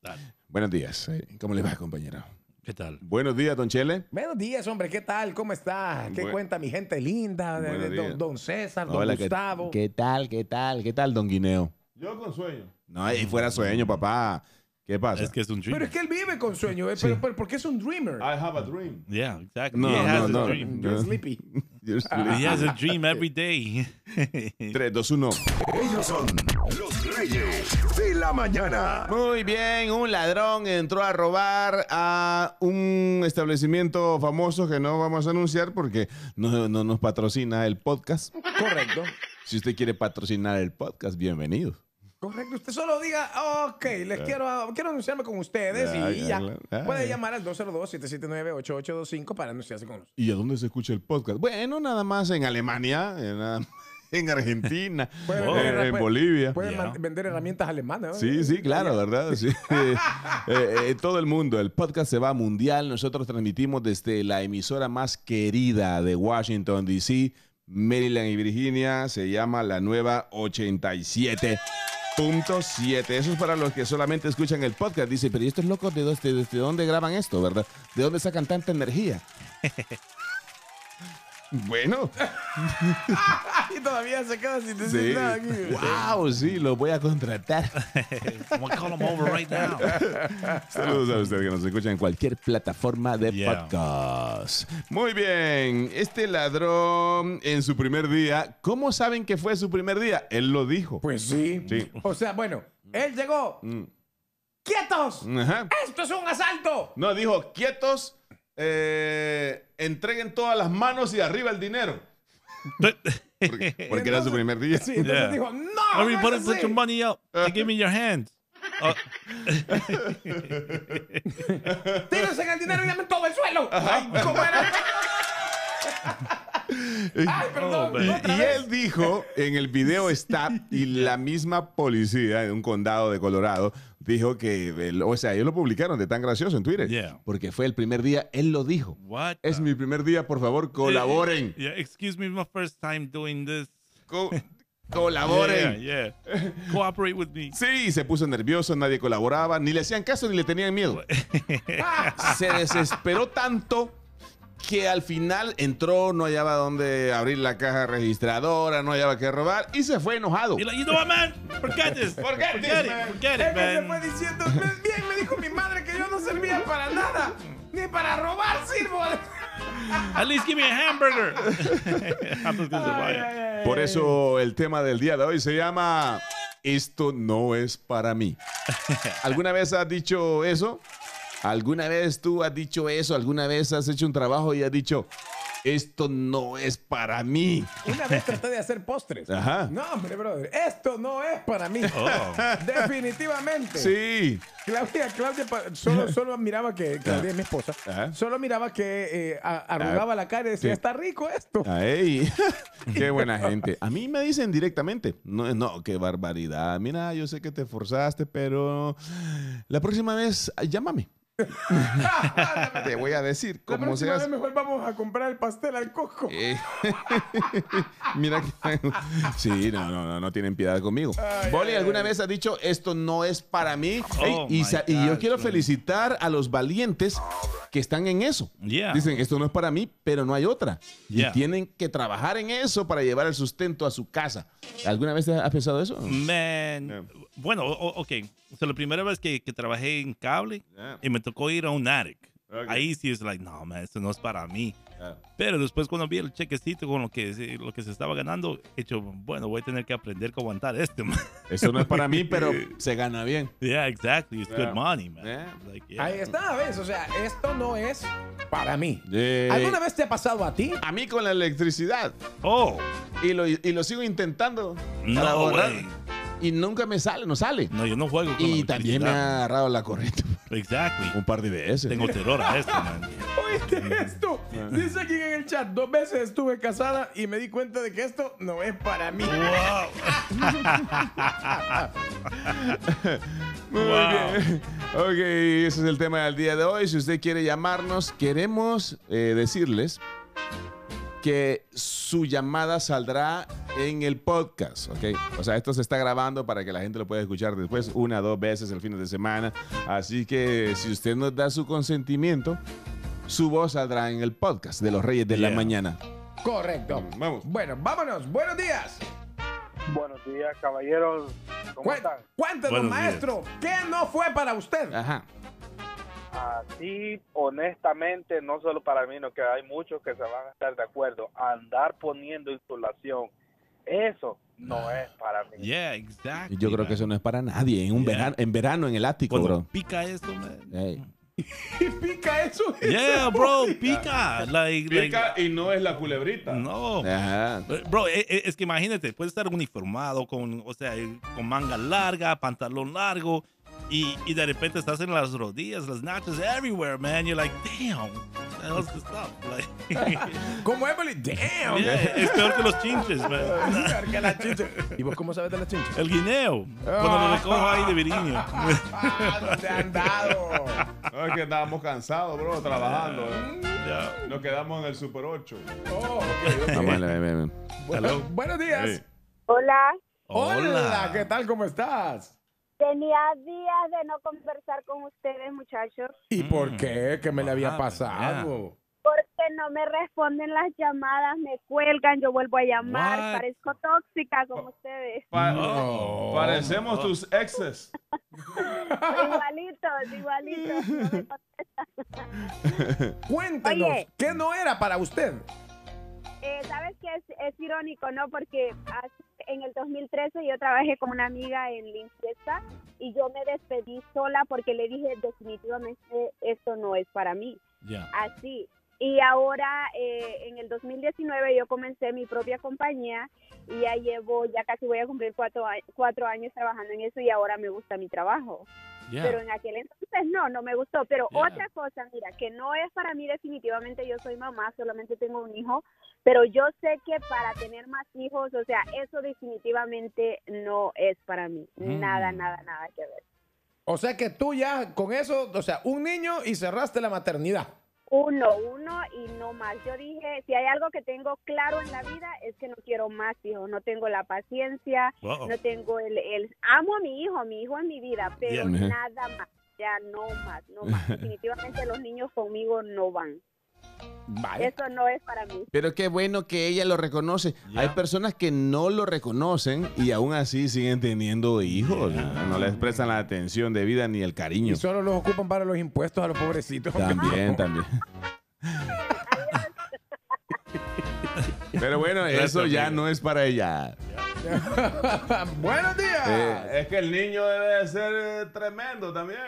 tal? Buenos días. ¿Cómo les va, compañero? ¿Qué tal? Buenos días, Don Chele. Buenos días, hombre. ¿Qué tal? ¿Cómo está? ¿Qué Bue- cuenta mi gente linda? De- Buenos de- don, días. don César, don Hola, ¿qué- Gustavo. ¿qué, tal, qué tal, qué tal, Don Guineo? Yo con sueño. No, ahí fuera sueño, papá. ¿Qué pasa? Es que es un dream. Pero es que él vive con sueño, ¿eh? pero, pero porque es un dreamer. Ah. I have a dream. Yeah, exactly. No, he has no, a no. dream. You're sleepy. Ah. You're He sleeping. has a dream every day. 3, 2, 1. Ellos son los reyes de la mañana. Muy bien, un ladrón entró a robar a un establecimiento famoso que no vamos a anunciar porque no, no nos patrocina el podcast. Correcto. Si usted quiere patrocinar el podcast, bienvenido. Correcto. Usted solo diga, ok, les quiero, quiero anunciarme con ustedes Ah. Ya, y ya, ya. claro. Ah, Puede ya. llamar al 202-779-8825 para anunciarse con nosotros. ¿Y a dónde se escucha el podcast? Bueno, nada más en Alemania, en, nada- en Argentina, Puede eh, vender- en puede- Bolivia. Pueden Ya. man- vender herramientas alemanas. ¿no? Sí, sí, claro, ¿verdad? Sí. Eh, eh, todo el mundo, el podcast se va mundial. Nosotros transmitimos desde la emisora más querida de Washington, D.C., Maryland y Virginia. Se llama la nueva 87.7. Eso es para los que solamente escuchan el podcast. Dice, pero ¿y estos locos de, dónde- desde dónde graban esto, verdad? ¿De dónde sacan tanta energía? bueno, Y todavía se queda sin decir sí. nada aquí. Wow, sí, lo voy a contratar. I'm gonna call him over right now. Saludos a usted que nos escucha en cualquier plataforma de Yeah. podcast. Muy bien, este ladrón en su primer día, ¿cómo saben que fue su primer día? Él lo dijo. Pues sí. Sí. Mm. O sea, bueno, él llegó. ¡Quietos! Ajá. ¡Esto es un asalto! No, dijo, quietos, eh, entreguen todas las manos y arriba el dinero. Porque, porque era su primer día. Sí, entonces Yeah. dijo, no. Everybody no es put your así". money up and give me your hand. Uh, Tírense en el dinero y dame todo el suelo. Ay, ¿cómo era? Ay, perdón. Oh, man. Y, otra y vez. él dijo en el video está y la misma policía de un condado de Colorado dijo que, el- o sea, ellos lo publicaron de tan gracioso en Twitter, Yeah. porque fue el primer día, él lo dijo. what? Es mi primer día, por favor, colaboren. Yeah, excuse me, my first time doing this. Co- colaboren. Yeah, yeah. Cooperate with me. Sí, se puso nervioso, nadie colaboraba, ni le hacían caso ni le tenían miedo. Se desesperó tanto que al final entró, no hallaba dónde abrir la caja registradora, no hallaba qué robar y se fue enojado. You're like, you know what, man? Forget this. Forget this, Forget man. it. Forget Él it, me se fue man. diciendo, "Me- bien, me dijo mi madre que yo no servía para nada. Ni para robar sirvo. At least give me a hamburger. I'm just gonna survive. Eh. Por eso el tema del día de hoy se llama Esto no es para mí. ¿Alguna vez has dicho eso? ¿Alguna vez tú has dicho eso? ¿Alguna vez has hecho un trabajo y has dicho Esto no es para mí? Una vez traté de hacer postres. Ajá. No, hombre, brother. Esto no es para mí. Oh. Definitivamente. Sí. Claudia, Claudia, pa- solo, solo miraba que, Claudia es mi esposa, Ajá. Ah, solo miraba que eh, a- arrugaba la cara y decía, sí. está rico esto. Ay, qué buena gente. A mí me dicen directamente, no, no, qué barbaridad. Mira, yo sé que te esforzaste, pero la próxima vez llámame. Te voy a decir La cómo se próxima vez hace. mejor vamos a comprar el pastel al coco. Eh, Mira que... Sí, no, no, no, no tienen piedad conmigo. Boli, ¿alguna vez has dicho esto no es para mí? Ey, Oh, y, my sa- y yo gosh, quiero man. felicitar a los valientes que están en eso. Yeah. Dicen, esto no es para mí, pero no hay otra. Y Yeah. tienen que trabajar en eso para llevar el sustento a su casa. ¿Alguna vez has pensado eso? Man. Pues, Yeah. Bueno, o- o- ok. O sea, la primera vez que, que trabajé en cable y me tocó ir a un attic. Ok. Ahí sí es like, no, man, esto no es para mí. Claro. Pero después cuando vi el chequecito con lo que, se- lo que se estaba ganando, he dicho, bueno, voy a tener que aprender que aguantar este, man. Esto no es para mí, pero se gana bien. Yeah, exactly. It's Yeah. good money, man. Yeah. Like, Ahí eh, yeah. está, ¿ves? O sea, esto no es para mí. Eh. Yeah. ¿Alguna vez te ha pasado a ti? A mí con la electricidad. Oh, Y lo, y lo sigo intentando. para no, borrar. way. Y nunca me sale, no sale. No, yo no juego con Y la también me ha electricidad. agarrado la corriente Exactly. un par de veces. Tengo terror a esto, man. Mm. ¿Oíste esto? Ah. Dice aquí en el chat, dos veces estuve casada y me di cuenta de que esto no es para mí. Wow. Muy Wow. bien. Ok, ese es el tema del día de hoy. Si usted quiere llamarnos, queremos eh, decirles que su llamada saldrá en el podcast, ¿ok? O sea, esto se está grabando para que la gente lo pueda escuchar después una, dos veces el fin de semana. Así que si usted nos da su consentimiento, su voz saldrá en el podcast de los Reyes de la Yeah. Mañana. Correcto. Mm, Vamos. Bueno, vámonos. Buenos días. Buenos días, caballeros. ¿Cómo Cuen- están? Cuéntanos, Buenos Ah. maestro, ¿qué no fue para usted? Ajá. Así, honestamente, no solo para mí, no que hay muchos que se van a estar de acuerdo. Andar poniendo insolación, eso no es para mí. Yeah, exacto. Yo creo que eso no es para nadie. En un Yeah. verano, en verano, en el ático, Cuando bro. pica esto, man. Ey. Y pica eso. Yeah, bro, pica. Like, like- y no es la culebrita. no. Ajá. Bro, e- e- es que imagínate, puede estar uniformado, con, o sea, eh, con manga larga, pantalón largo, y, y de repente estás en las rodillas, las nachas, everywhere, man. You're like, damn, that was the stuff. Like, Como Emily, damn. yeah, es peor que los chinches, man. Que la chinche. ¿Y vos cómo sabes de la chinche? El guineo, cuando lo recojo ahí de Viriño. Ah, no te han dado. No, es que estábamos cansados, bro, trabajando. ¿eh? Yeah. Nos quedamos en el Super 8. Oh, ok, ok. Hello. Buenos días. Hey. Hola, Hola, ¿qué tal? ¿Cómo estás? tenía días de no conversar con ustedes, muchachos, ¿Y Mm. por qué? ¿Qué me le había Ah, pasado? porque no me responden las llamadas, me cuelgan, yo vuelvo a llamar, What? parezco tóxica con ustedes, Ah, oh, No. Parecemos tus exes. igualitos, igualitos. no me contestan. Cuéntenos, Oye. ¿qué no era para usted? Eh, Sabes que es, es irónico, ¿no? Porque hace- en el 2013 yo trabajé con una amiga en limpieza y yo me despedí sola porque le dije definitivamente esto no es para mí. Yeah. así. Y ahora, eh, en el 2019, yo comencé mi propia compañía y ya llevo, ya casi voy a cumplir cuatro, a- cuatro años trabajando en eso y ahora me gusta mi trabajo. Yeah. Pero en aquel entonces no, no me gustó. Pero Yeah. otra cosa, mira, que no es para mí definitivamente, yo soy mamá, solamente tengo un hijo, pero yo sé que para tener más hijos, o sea, eso definitivamente no es para mí. Mm. Nada, nada, nada que ver. O sea que tú ya con eso, o sea, un niño y cerraste la maternidad. Uno, uno y no más. Yo dije, si hay algo que tengo claro en la vida es que no quiero más hijos, no tengo la paciencia, Wow. no tengo el, el... Amo a mi hijo, mi hijo es mi vida, pero Bien. nada más, ya no más, no más. Definitivamente los niños conmigo no van. Vale. Eso no es para mí. Pero qué bueno que ella lo reconoce. Ya. Hay personas que no lo reconocen y aún así siguen teniendo hijos. No les prestan la atención debida ni el cariño. Y solo los ocupan para los impuestos a los pobrecitos. También, también. Pero bueno, eso Gracias, ya amigo. no es para ella. Buenos días. es que el niño debe ser eh, tremendo también.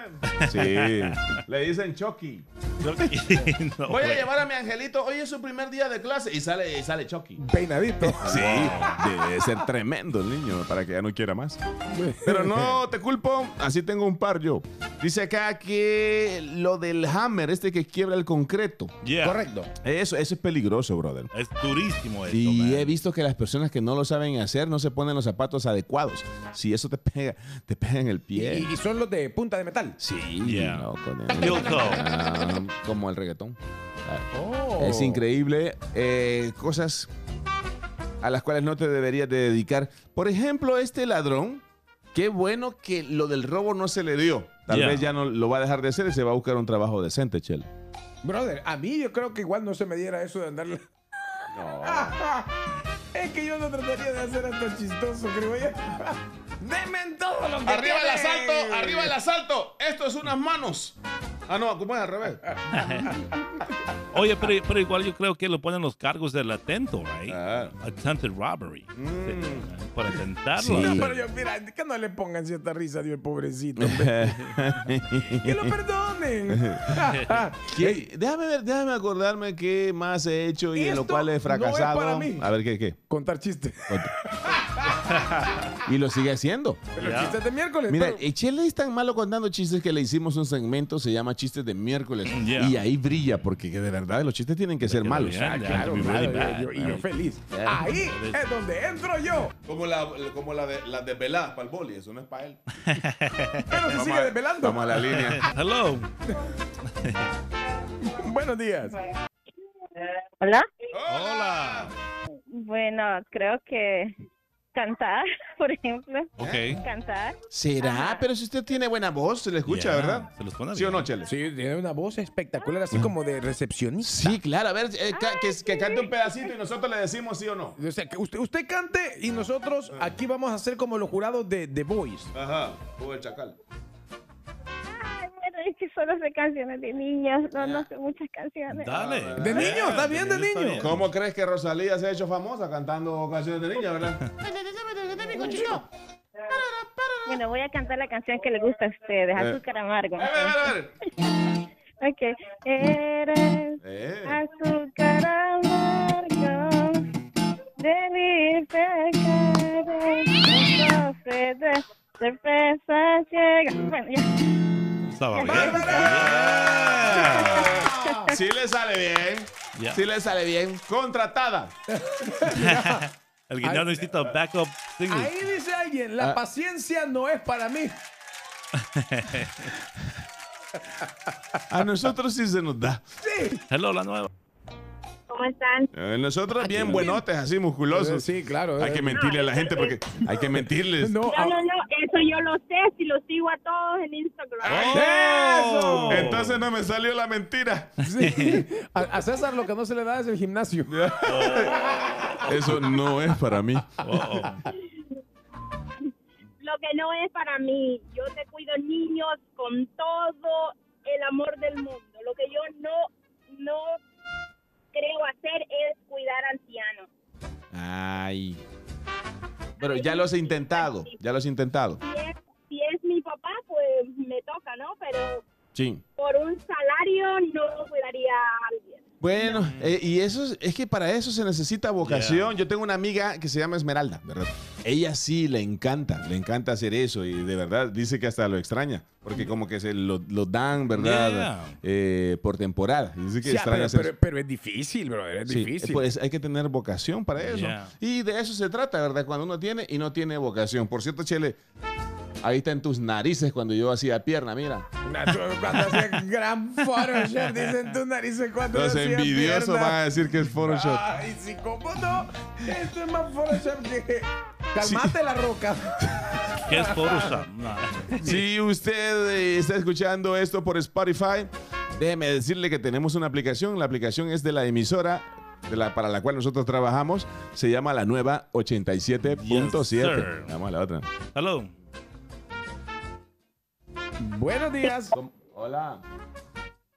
Sí. Le dicen Chucky. No, Voy a güey. llevar a mi angelito. Hoy es su primer día de clase. Y sale, y sale Chucky. Peinadito. Sí, debe ser tremendo el niño para que ya no quiera más. Pero no te culpo, así tengo un par yo. Dice acá que lo del hammer, este que quiebra el concreto. Yeah. Correcto. Eso, eso es peligroso, brother. Es durísimo esto, Y man. he visto que las personas que no lo saben hacer no se ponen los zapatos adecuados. Si eso te pega, te pega en el Y, pie. y son los de punta de metal. Sí, Yeah. no, con el- Heel toe. Ah, como el reggaetón. Oh. Es increíble. eh, cosas a las cuales no te deberías de dedicar. Por ejemplo, este ladrón, qué bueno que lo del robo no se le dio. Tal Yeah. vez ya no lo va a dejar de hacer y se va a buscar un trabajo decente, Chel. Brother, a mí yo creo que igual no se me diera eso de andarle. Ah, es que yo no trataría de hacer esto chistoso, creo yo. Denme en todo lo que tienen. asalto. Esto es unas manos. Ah, no, ¿cómo es al revés? Oye, pero, pero igual yo creo que lo ponen los cargos del atento, right? Ah. Attempted robbery. Mm. Sí, Por atentarlo. Sí. No, pero yo, mira, que no le pongan cierta risa, Dios, pobrecito. hombre. Ah. que lo perdonen. ¿Qué? Eh, Déjame ver, déjame acordarme qué más he hecho y en lo Esto cual no he es fracasado. para mí. A ver qué, qué. Contar chistes. Y lo sigue haciendo. Pero Ya. chistes de miércoles. Mira, pero- Echele es tan malo contando chistes que le hicimos un segmento, se llama Chistes de miércoles. Yeah. Y ahí brilla, porque que de verdad los chistes tienen que ser queda malos. bien, Ah, ya. claro. Claro, Be claro, really yo- bad, yo- y yo right? feliz. Yeah. Ahí es donde entro yo. Como la, como la, de, la desvelada para el boli, eso no es para él. Pero se sigue desvelando. Vamos a la línea. Hello. Buenos días. ¿Hola? Hola. Bueno, creo que cantar, por ejemplo. Ok. Cantar. ¿Será? Pero si usted tiene buena voz, se le escucha, Yeah, ¿verdad? Se los pone ¿Sí o no, bien. Chele? Sí, tiene una voz espectacular, así como de recepcionista. Sí, claro. A ver, eh, ca- que, que cante un pedacito y nosotros le decimos sí o no. O sea, que usted, usted cante y nosotros aquí vamos a ser como los jurados de The Voice. Ajá. O el chacal. Ay, bueno, es que solo sé canciones de niños, no, no sé muchas canciones. Dale. Ah, De niño, está bien, de está niño. bien. ¿Cómo crees que Rosalía se ha hecho famosa cantando canciones de niña, verdad? Bueno, voy a cantar la canción que le gusta a ustedes, Azúcar Amargo. Eh. A ver, a ver, Ok. Eres a ver. Eh. azúcar amargo de mi pecado, de cerveza llega. Bueno, ya. Estaba bien. Yeah. Sí le sale bien. Ya. Sí le sale bien. Contratada. El guiñado necesita backup singles. Ahí dice alguien, la Ah. paciencia no es para mí. A nosotros sí se nos da. Hello, la nueva. ¿Cómo están? Eh, Nosotros bien buenotes, así musculosos. Sí, claro. eh. Hay que mentirle a la gente porque hay que mentirles. No, ah, No, no, no, eso yo lo sé, si lo sigo a todos en Instagram. ¡Eso! Entonces no me salió la mentira. sí. a, a César lo que no se le da es el gimnasio. Eso no es para mí. Oh, Lo que no es para mí, yo te cuido niños con todo el amor del mundo. Lo que yo no, no creo hacer es cuidar ancianos. Ay. Pero ya lo has intentado. Ya lo has intentado. Si es, si es mi papá, pues me toca, ¿no? Pero Sí. por un salario no cuidaría a alguien. Bueno, eh, y eso es, es que para eso se necesita vocación. Yo tengo una amiga que se llama Esmeralda, ¿verdad? Ella sí le encanta, le encanta hacer eso y de verdad dice que hasta lo extraña, porque como que se lo, lo dan, ¿verdad? Yeah. Eh, por temporada. Y Dice que Sí, extraña pero, hacer pero- eso. pero es difícil, bro, es Sí, difícil. pues hay que tener vocación para eso. Yeah. Y de eso se trata, ¿verdad? Cuando uno tiene y no tiene vocación. Por cierto, Chele, ahí está en tus narices cuando yo hacía pierna, mira. Una- cuando hacía gran Photoshop, dicen tus narices cuando Los yo hacía envidiosos pierna. van a decir que es Photoshop. Ah. Ay, sí, cómo no. Esto es más Photoshop que. Calmate la roca. ¿Qué es Photoshop? No. Si usted eh, está escuchando esto por Spotify, déjeme decirle que tenemos una aplicación. La aplicación es de la emisora de la, para la cual nosotros trabajamos. Se llama la nueva 87.7. Yes, sir. Vamos a la otra. Hello. Buenos días. Hola.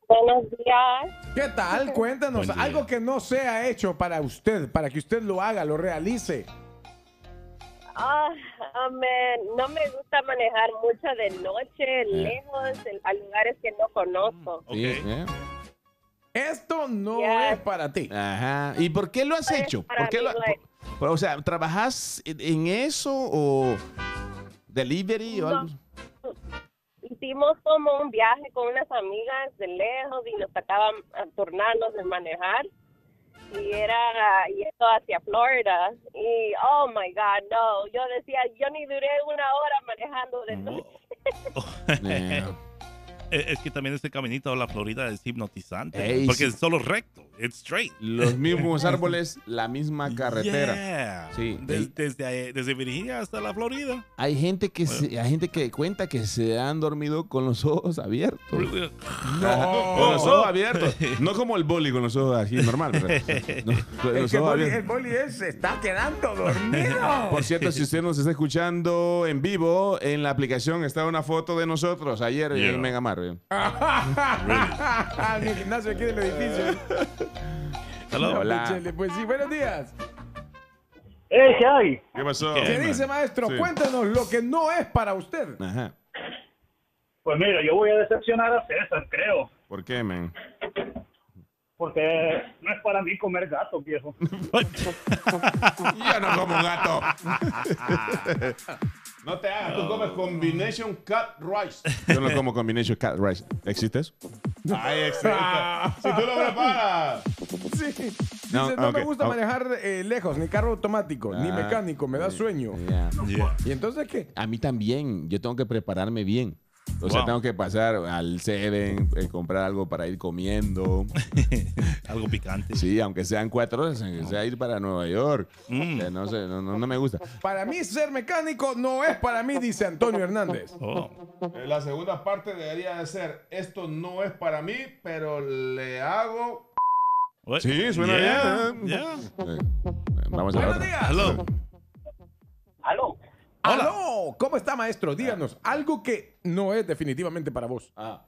Buenos días. ¿Qué tal? Cuéntanos Buen día. algo que no sea hecho para usted, para que usted lo haga, lo realice. Ah, no me gusta manejar mucho de noche, lejos, a lugares que no conozco. Ok. ¿eh? Esto no Ya. es para ti. Ajá. ¿Y por qué lo has Pues, hecho? para ¿Por qué mí lo- no es. por- por- o sea, ¿trabajas en- en eso o delivery o No. algo? Hicimos como un viaje con unas amigas de lejos y nos sacaban a turnarnos de manejar. Y era yendo hacia Florida. Y, oh my God, no. Yo decía, yo ni duré una hora manejando de noche. Eh, Oh. Es es que también este caminito a la Florida es hipnotizante. Ey, porque sí. es solo recto. It's straight. Los mismos árboles, la misma carretera. Yeah. Sí. Des- desde, eh, desde Virginia hasta la Florida. Hay gente que se- hay gente que cuenta que se han dormido con los ojos abiertos. Con los ojos abiertos. No como el boli con los ojos así normal, ¿verdad? No, con El, los que ojos boli, el abiertos. boli es- se está quedando dormido. Por cierto, si usted nos está escuchando en vivo, en la aplicación está una foto de nosotros ayer Yeah. en Megamar. ¿eh? En el gimnasio aquí del edificio. Hello. Hola. Chele, Pues sí, buenos días. ¡Eh, qué hay! ¿Qué pasó? ¿Qué ¿Qué man. dice, maestro? Eh, Sí. Cuéntanos lo que no es para usted. Ajá. Pues mira, yo voy a decepcionar a César, creo. ¿Por qué, man? Porque no es para mí comer gato, viejo. Yo no como gato. no te hagas, tú comes combination cut rice. Yo no como combination cut rice. ¿Existe eso? Ay, existe. si tú lo preparas. Sí. No, Dice, no ok, me gusta ok. manejar eh, lejos, ni carro automático, ni Ah, mecánico, me da sueño. Ya. Yeah. ¿Y entonces qué? A mí también, yo tengo que prepararme bien. O sea, Wow. tengo que pasar al Seven, eh, comprar algo para ir comiendo. Algo picante. Sí, aunque sean cuatro horas, aunque sea ir para Nueva York. Mm. Eh, no sé, no, no- no me gusta. Para mí ser mecánico no es para mí, dice Antonio Hernández. Oh. Eh, La segunda parte debería ser, esto no es para mí, pero le hago... What? Sí, suena Yeah, bien. ¿eh? yeah. Vamos a la Buenos otra. días. Hello. Aló. Hola. Aló, ¿cómo está maestro? Díganos, algo que no es definitivamente para vos. Ah,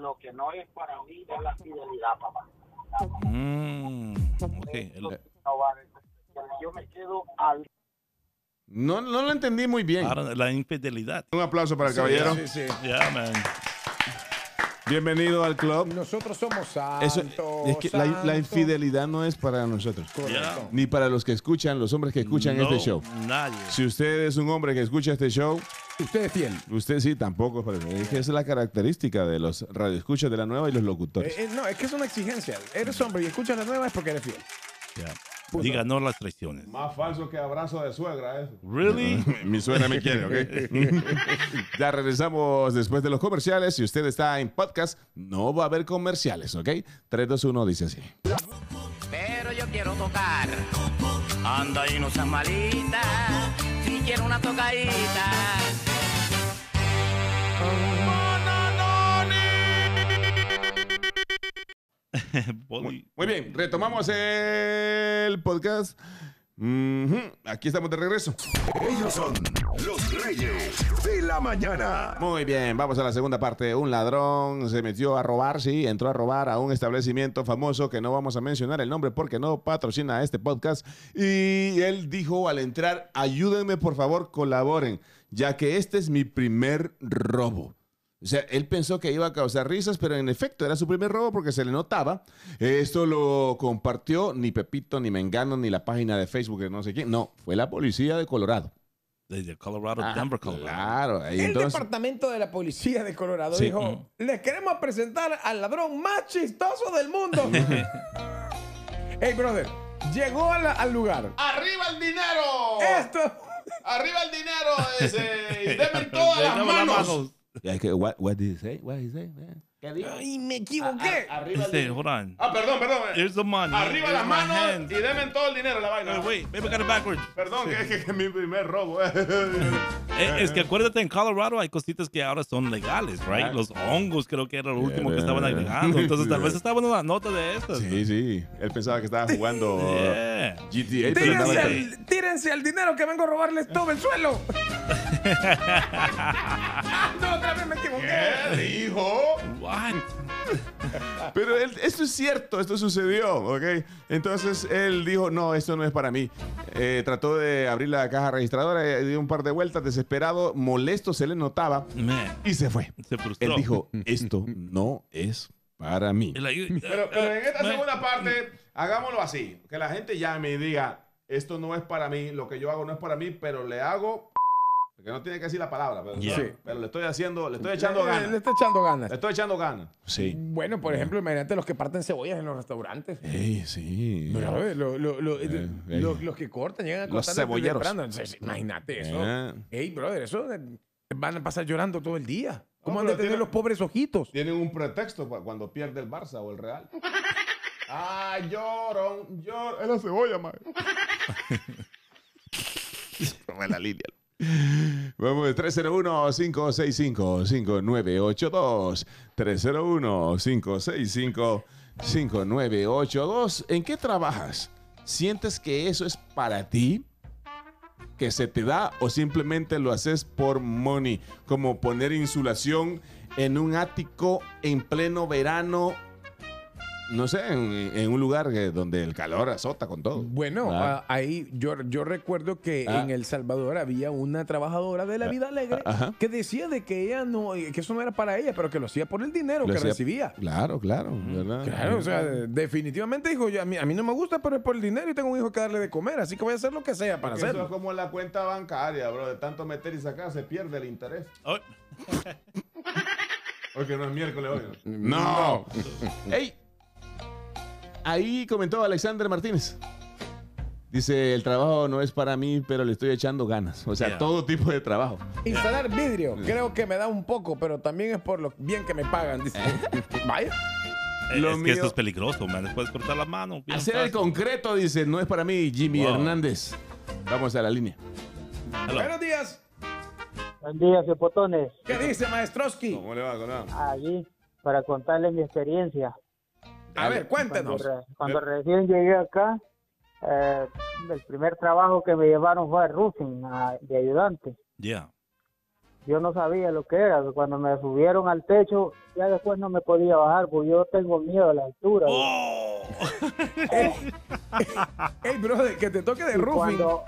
Lo que no es para mí es la fidelidad, papá. Mm, ok. Eh. El- No vale. Yo me quedo al no, no lo entendí muy bien. ahora la infidelidad. Un aplauso para el caballero. Sí, sí. Yeah, man. Bienvenido al club. Nosotros somos santos. Eso, es que la, la santos. infidelidad no es para nosotros. Yeah. Ni para los que escuchan, los hombres que escuchan No, este show. Nadie. Si usted es un hombre que escucha este show, Usted es fiel. usted sí tampoco. pero Es que esa es la característica de los radioescuchas de la nueva y los Eh, locutores. eh, no, es que es una exigencia. Eres hombre y escuchas las nuevas porque eres fiel. Yeah. Diga no a las traiciones. Más falso que abrazo de suegra, ¿eh? eso. Really? Mi suegra me quiere, ¿ok? ya regresamos después de los comerciales. Si usted está en podcast, no va a haber comerciales, ¿ok? 321 dice así. pero yo quiero tocar. Anda y no seas malita, si quiero una tocadita. Bully. Muy bien, retomamos el podcast. Ujú, Aquí estamos de regreso. Ellos son los reyes de la mañana. Muy bien, vamos a la segunda parte. Un ladrón se metió a robar, sí, entró a robar a un establecimiento famoso que no vamos a mencionar el nombre porque no patrocina este podcast. Y él dijo al entrar, ayúdenme por favor, colaboren, ya que este es mi primer robo. O sea, él pensó que iba a causar risas, pero en efecto era su primer robo porque se le notaba. Esto lo compartió ni Pepito, ni Mengano, ni la página de Facebook, de no sé quién. No, fue la policía de Colorado. Desde Colorado, Ah, Denver, Colorado. claro, ahí El entonces. departamento de la policía de Colorado Sí. Mm. dijo, les queremos presentar al ladrón más chistoso del mundo. hey, brother, llegó a la- al lugar. ¡Arriba el dinero! Esto... ¡Arriba el dinero! Ese, Deme las manos. what, what did he say? What did he say? ¿Qué dijo? Ay, me equivoqué. ah, arriba Dice, Este, hold on. Ah, perdón, perdón. Here's the money. Here's my hand. denme todo el dinero la Wait, wait, maybe I got it backwards. Perdón, que es que es mi primer robo. Eh, es que acuérdate, en Colorado hay cositas que ahora son legales, right? Ah. Los hongos creo que era lo último que estaban Yeah. agregando. Entonces tal vez estaban en la nota de estas. sí, sí. Él pensaba que estaba jugando Yeah. GTA, pero Tírense andaba... Dígase. al, tírense al dinero que vengo a robarles todo el suelo. no, otra vez me equivoqué. ¿Qué dijo? What? Pero él- esto es cierto, esto sucedió, ¿ok? Entonces él dijo, no, esto no es para mí. Eh, trató de abrir la caja registradora, eh, dio un par de vueltas, desesperado, molesto, se le notaba Man, y se fue. se frustró. Él dijo, esto no es para mí. Y like, man, parte, hagámoslo así, que la gente llame y diga, esto no es para mí, lo que yo hago no es para mí, pero le hago... Porque no tiene que decir la palabra, pero, Yeah. Sí. pero le estoy haciendo, le estoy Eh, Le está echando ganas. estoy echando ganas. Sí. Bueno, por ejemplo, imagínate los que parten cebollas en los restaurantes. Ey, sí. ¿Sabes? Lo- lo- lo- Eh, lo- eh. los que cortan, llegan a Los cortar. desde cebolleros. temprano. Entonces, Imagínate eso. Eh. Ey, brother, eso eh, van a pasar llorando todo el día. ¿Cómo No, han pero de tener tiene- los pobres ojitos? Tienen un pretexto para cuando pierde el Barça o el Real. Ah, lloro, lloro. Es la cebolla, mae. la línea. Vamos, 301-565-5982. 301-565-5982. ¿En qué trabajas? ¿Sientes que eso es para ti? que se te da o simplemente lo haces por money, como poner insulación en un ático en pleno verano, no sé, en, en un lugar que- donde el calor azota con todo. Bueno, Ah. ah, ahí yo, yo recuerdo que Ah. en El Salvador había una trabajadora de la vida alegre ajá. que decía de que ella no, eh, que eso no era para ella, pero que lo hacía por el dinero Lo que hacía- recibía. Claro, claro, ¿verdad? Claro, o sea, definitivamente dijo, yo, a, mí, a mí no me gusta, pero es por el dinero y tengo un hijo que darle de comer, así que voy a hacer lo que sea para Porque hacerlo. como la cuenta bancaria, bro. De tanto meter y sacar se pierde el interés. oh, Porque no es miércoles hoy. No. ¡Ey! Ahí comentó Alexander Martínez. Dice, el trabajo no es para mí, pero le estoy echando ganas. O sea, Yeah. todo tipo de trabajo. Instalar Ah. vidrio, creo que me da un poco, pero también es por lo bien que me pagan. Dice. Vaya. Eh, Lo es que mío- esto es peligroso, man. Les puedes cortar la mano. bien Hacer el fácil. concreto, dice, no es para mí, Jimmy Wow. Hernández. Vamos a la línea. Hello. Buenos días. Buen día, cepotones. ¿Qué dice Maestroski? le va? ¿Cómo le va? Allí, para contarles mi experiencia. A ver, Cuando, cuéntenos. re- cuando recién llegué acá, eh, el primer trabajo que me llevaron fue a roofing, a- de ayudante. Yeah. Yo no sabía lo que era. Cuando me subieron al techo, ya después no me podía bajar, porque yo tengo miedo a la altura. Oh. Hey, brother, que te toque de Y roofing cuando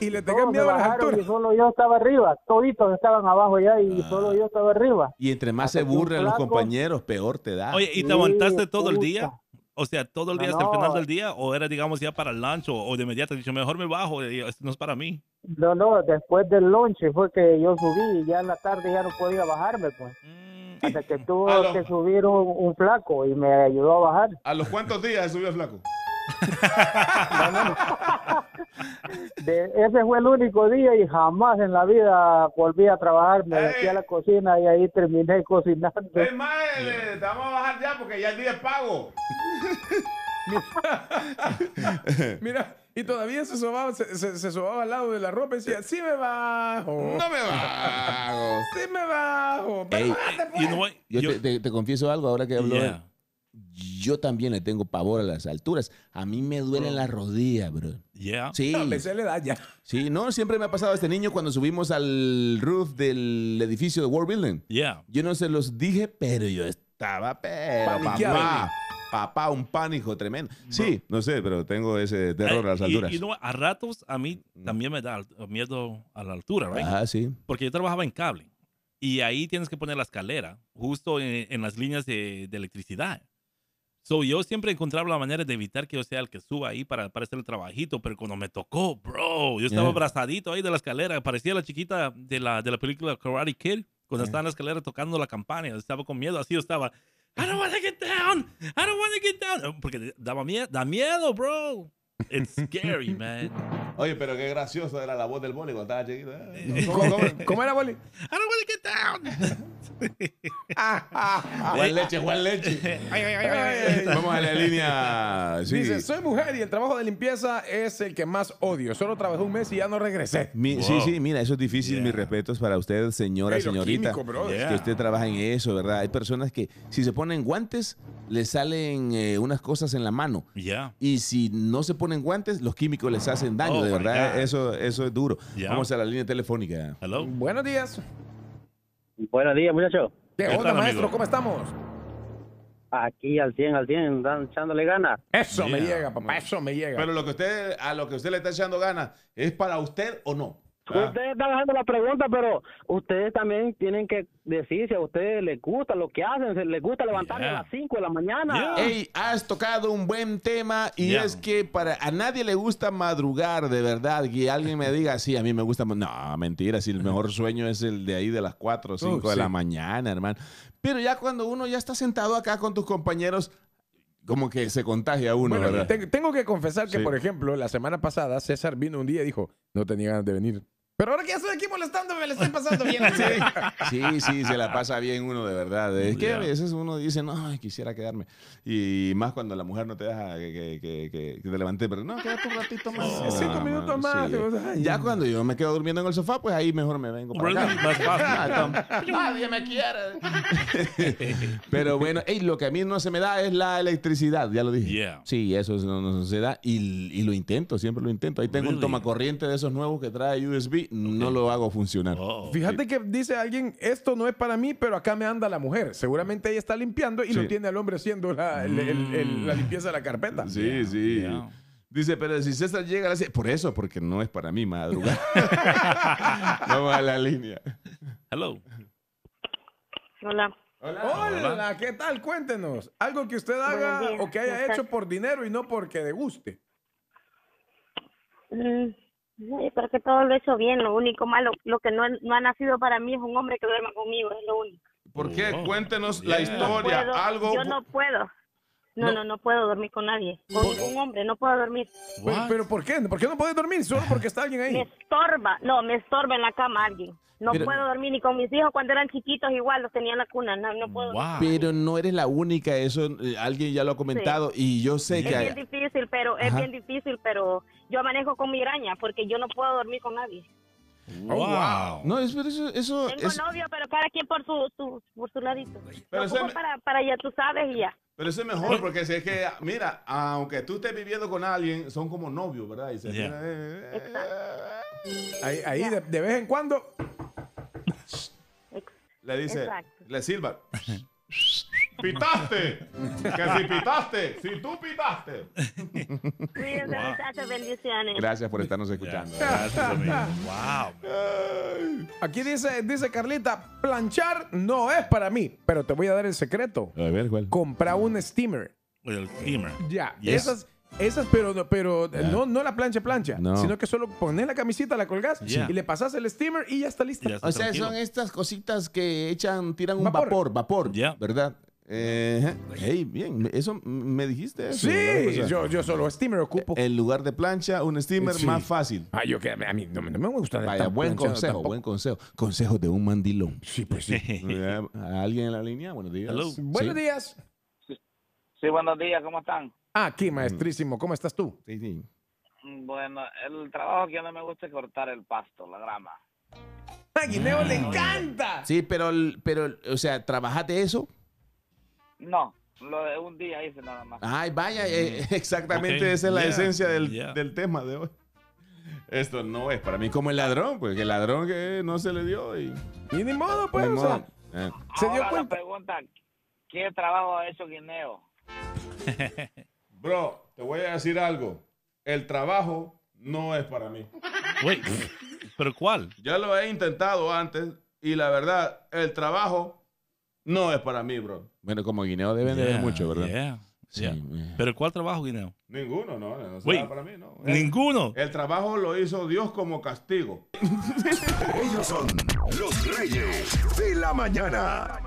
y le tengas todos me miedo a las bajaron y alturas. Ah. solo yo estaba arriba, toditos estaban abajo ya y solo yo estaba arriba. Y entre más Hasta se que un burlen los flaco- compañeros, peor te da. Oye, ¿y te Sí, aguantaste todo el puta. día? O sea, todo Ah, el día No, hasta el final no. del día, o era, digamos, ya para el lunch, o, o de inmediato, dicho, mejor me bajo, eh, esto no es para mí. No, no, después del lunch fue que yo subí y ya en la tarde ya no podía bajarme, pues. Mm. Hasta que tuvo A lo- que subir un, un flaco y me ayudó a bajar. ¿A los cuántos días subió flaco? De- ese fue el único día y jamás en la vida volví a trabajar. Me ¡Ey! metí a la cocina y ahí terminé cocinando. madre, te vamos a bajar ya porque ya el día es pago. Mira, y todavía se sobaba, se, se- se sobaba al lado de la ropa y decía, sí me bajo. No me bajo. Sí me bajo. Pero Ey, bájate, pues. You know what? Yo, Yo- te, te- te confieso algo ahora que hablo. Yeah. Yo también le tengo pavor a las alturas. A mí me duelen las rodillas, bro. Yeah. Sí. No, hombre, se le da ya. Sí, no, siempre me ha pasado a este niño cuando subimos al roof del edificio de World Building. Yeah. Yo no se los dije, pero yo estaba, pero Paniqueado. papá, papá, un pánico tremendo. Sí, no sé, pero tengo ese terror Eh, a las y- alturas. y no, a ratos a mí también me da alt- miedo a la altura, right? Mm. Ajá, sí. Porque yo trabajaba en cable y ahí tienes que poner la escalera justo en, en las líneas de, de electricidad. So, yo siempre encontraba la manera de evitar que yo sea el que suba ahí para, para hacer el trabajito, pero cuando me tocó, bro, yo estaba Ajá. abrazadito ahí de la escalera, parecía la chiquita de la, de la película Karate Kid, cuando estaba en la escalera tocando la campana, yo estaba con miedo, así yo estaba, I don't want to get down, I don't want to get down, porque daba miedo, da miedo, bro. It's scary, man. Oye, pero qué gracioso era la voz del boli cuando estaba chiquito. ¿eh? ¿Cómo, cómo- cómo era, Boli? I don't want to get down. Ah, Juan Ah, leche, Juan leche. Ay, ay, ay, ay, ay. Vamos a la línea. Sí. Dice, soy mujer y el trabajo de limpieza es el que más odio. Solo trabajé un mes y ya no regresé. Mi- Sí, Wow. sí, mira, eso es difícil. Yeah. Mis respetos para usted, señora, Ey, lo señorita. químico, brother. Yeah. Que usted trabaja en eso, ¿verdad? Hay personas que si se ponen guantes, les salen eh, unas cosas en la mano. Yeah. Y si no se ponen guantes, los químicos les hacen daño, Oh, de my verdad. God. Eso, eso es duro. Yeah. Vamos a la línea telefónica. Hello. Buenos días. Buenos días, muchachos. ¿Qué ¿Qué onda, tal, maestro? amigo? ¿Cómo estamos? Aquí al 100, al 100, dan, echándole ganas. Eso me Yeah. llega, papá. Eso me llega. Pero lo que usted, a lo que usted le está echando ganas, ¿es para usted o no? Ah, Ustedes están haciendo la pregunta, pero ustedes también tienen que decir si a ustedes les gusta lo que hacen, si les gusta levantarse Yeah. a las 5 de la mañana. Yeah. Hey, has tocado un buen tema y Ya. es que para a nadie le gusta madrugar, de verdad. Que alguien me diga, sí, a mí me gusta. ma-". No, mentira, si el mejor sueño es el de ahí de las 4 o 5 de sí. la mañana, hermano. Pero ya cuando uno ya está sentado acá con tus compañeros, como que se contagia uno, Bueno, ¿verdad? te- tengo que confesar que, Sí. por ejemplo, la semana pasada César vino un día y dijo, no tenía ganas de venir. Pero ahora que ya estoy aquí molestándome, me la estoy pasando bien. sí. Sí, sí, se la pasa bien uno de verdad. Es que a Ya. veces uno dice, no, ay, quisiera quedarme. Y más cuando la mujer no te deja que, que- que- que te levantes, pero no, quédate un ratito más. Sí, Ah, cinco minutos mano, más, sí. o sea, ay, Ya no. cuando yo me quedo durmiendo en el sofá, pues ahí mejor me vengo para acá. Really? Más fácil. Ah, Tom. Nadie me quiere. pero bueno, ey, lo que a mí no se me da es la electricidad, ya lo dije. Yeah. Sí, eso no, no se da y, y lo intento, siempre lo intento. Ahí tengo un Really? tomacorriente de esos nuevos que trae USB, no lo hago funcionar. Oh. Fíjate que dice alguien, esto no es para mí, pero acá me anda la mujer. Seguramente ella está limpiando y Sí. Mm. lo tiene al hombre haciendo la, el- el- el- la limpieza de la carpeta. Sí, sí. ya. Dice, pero si César llega a las 7, por eso, porque no es para mí madrugar. Vamos a la línea. Hello. Hola. Hola, ¿qué tal? Cuéntenos. Algo que usted haga Buenos días, o que haya ¿cómo hecho estás? por dinero y no porque le guste. Mm, sí, pero que todo lo he hecho bien. Lo único malo, lo que no, no ha nacido para mí es un hombre que duerma conmigo. Es lo único. ¿Por qué? Oh, Cuéntenos la yeah. historia. Puedo- algo, Yo no puedo. No, no, no, puedo dormir con nadie. Con ningún hombre, no puedo dormir. Pero, pero ¿por qué? ¿Por qué no puedes dormir? Solo porque está alguien Me ahí. estorba, no, me estorba en la cama alguien. No Pero- puedo dormir ni con mis hijos cuando eran chiquitos, igual los tenía en la cuna. No, no puedo. Pero no eres la única, eso eh, alguien ya lo ha comentado y yo sé Es que... bien difícil, pero es Ajá. bien difícil, pero yo manejo con migraña porque yo no puedo dormir con nadie. oh, Oh, wow. No, es- pero eso, eso Tengo es- novio, pero cada quien por su, su- por su ladito. Pero Pero ese me- para, para allá, tú sabes, y ya. Pero eso es mejor, porque si es que, mira, aunque tú estés viviendo con alguien, son como novios, ¿verdad? Y se- eh, eh, Ahí, ahí de, de vez en cuando. le dice, Exacto. le silba. ¡Pitaste! ¡Que si pitaste! ¡Si tú pitaste! Cuídense, Wow. muchachos, bendiciones. Gracias por estarnos escuchando. gracias, amigo. Wow. Aquí dice, dice Carlita, planchar no es para mí, pero te voy a dar el secreto. A ver, ¿cuál? Compra un steamer. El steamer. Ya, Yes. esas, esas, pero, no- pero no, no la plancha plancha, No. sino que solo pones la camisita, la colgas Yeah. y le pasas el steamer y ya está lista. O sea, son estas cositas que echan, tiran un vapor, Vapor. vapor, ¿verdad? Eh, hey, bien, eso me dijiste. eso, ¿verdad? O Sí, sea, yo, yo solo steamer ocupo. En lugar de plancha, un steamer Sí. más fácil. Ah, yo que a mí no, me- no me gusta de eh. Vaya, estar buen planchando consejo, tampoco. buen consejo. Consejo de un mandilón. Sí, pues sí. ¿Alguien en la línea? Buenos días. Hello. Buenos días. Sí, buenos días, ¿cómo están? Aquí, Mm. maestrísimo, ¿cómo estás tú? Sí, sí. Bueno, el trabajo que no me gusta es cortar el pasto, la grama. A Guineo le encanta. Sí, pero, el- pero, el- o sea, ¿trabajaste eso? No, lo de un día hice nada más. Ay, vaya, eh, exactamente Ok, esa es la yeah, esencia del, yeah. del tema de hoy. Esto no es para mí como el ladrón, pues que el ladrón que no se le dio y... Y ni modo, pues, Ni o sea, modo. Eh. se dio Ahora la cuenta. pregunta, ¿qué trabajo ha hecho Guineo? Bro, te voy a decir algo. El trabajo no es para mí. ¿pero cuál? Ya lo he intentado antes y la verdad, el trabajo no es para mí, bro. Bueno, como guineo deben de ver Yeah, mucho, ¿verdad? yeah, Sí, eh. yeah. ¿Pero cuál trabajo, Guineo? Ninguno, no, no será Wait, para mí, no. Ninguno. El trabajo lo hizo Dios como castigo. Ellos son los reyes de la mañana.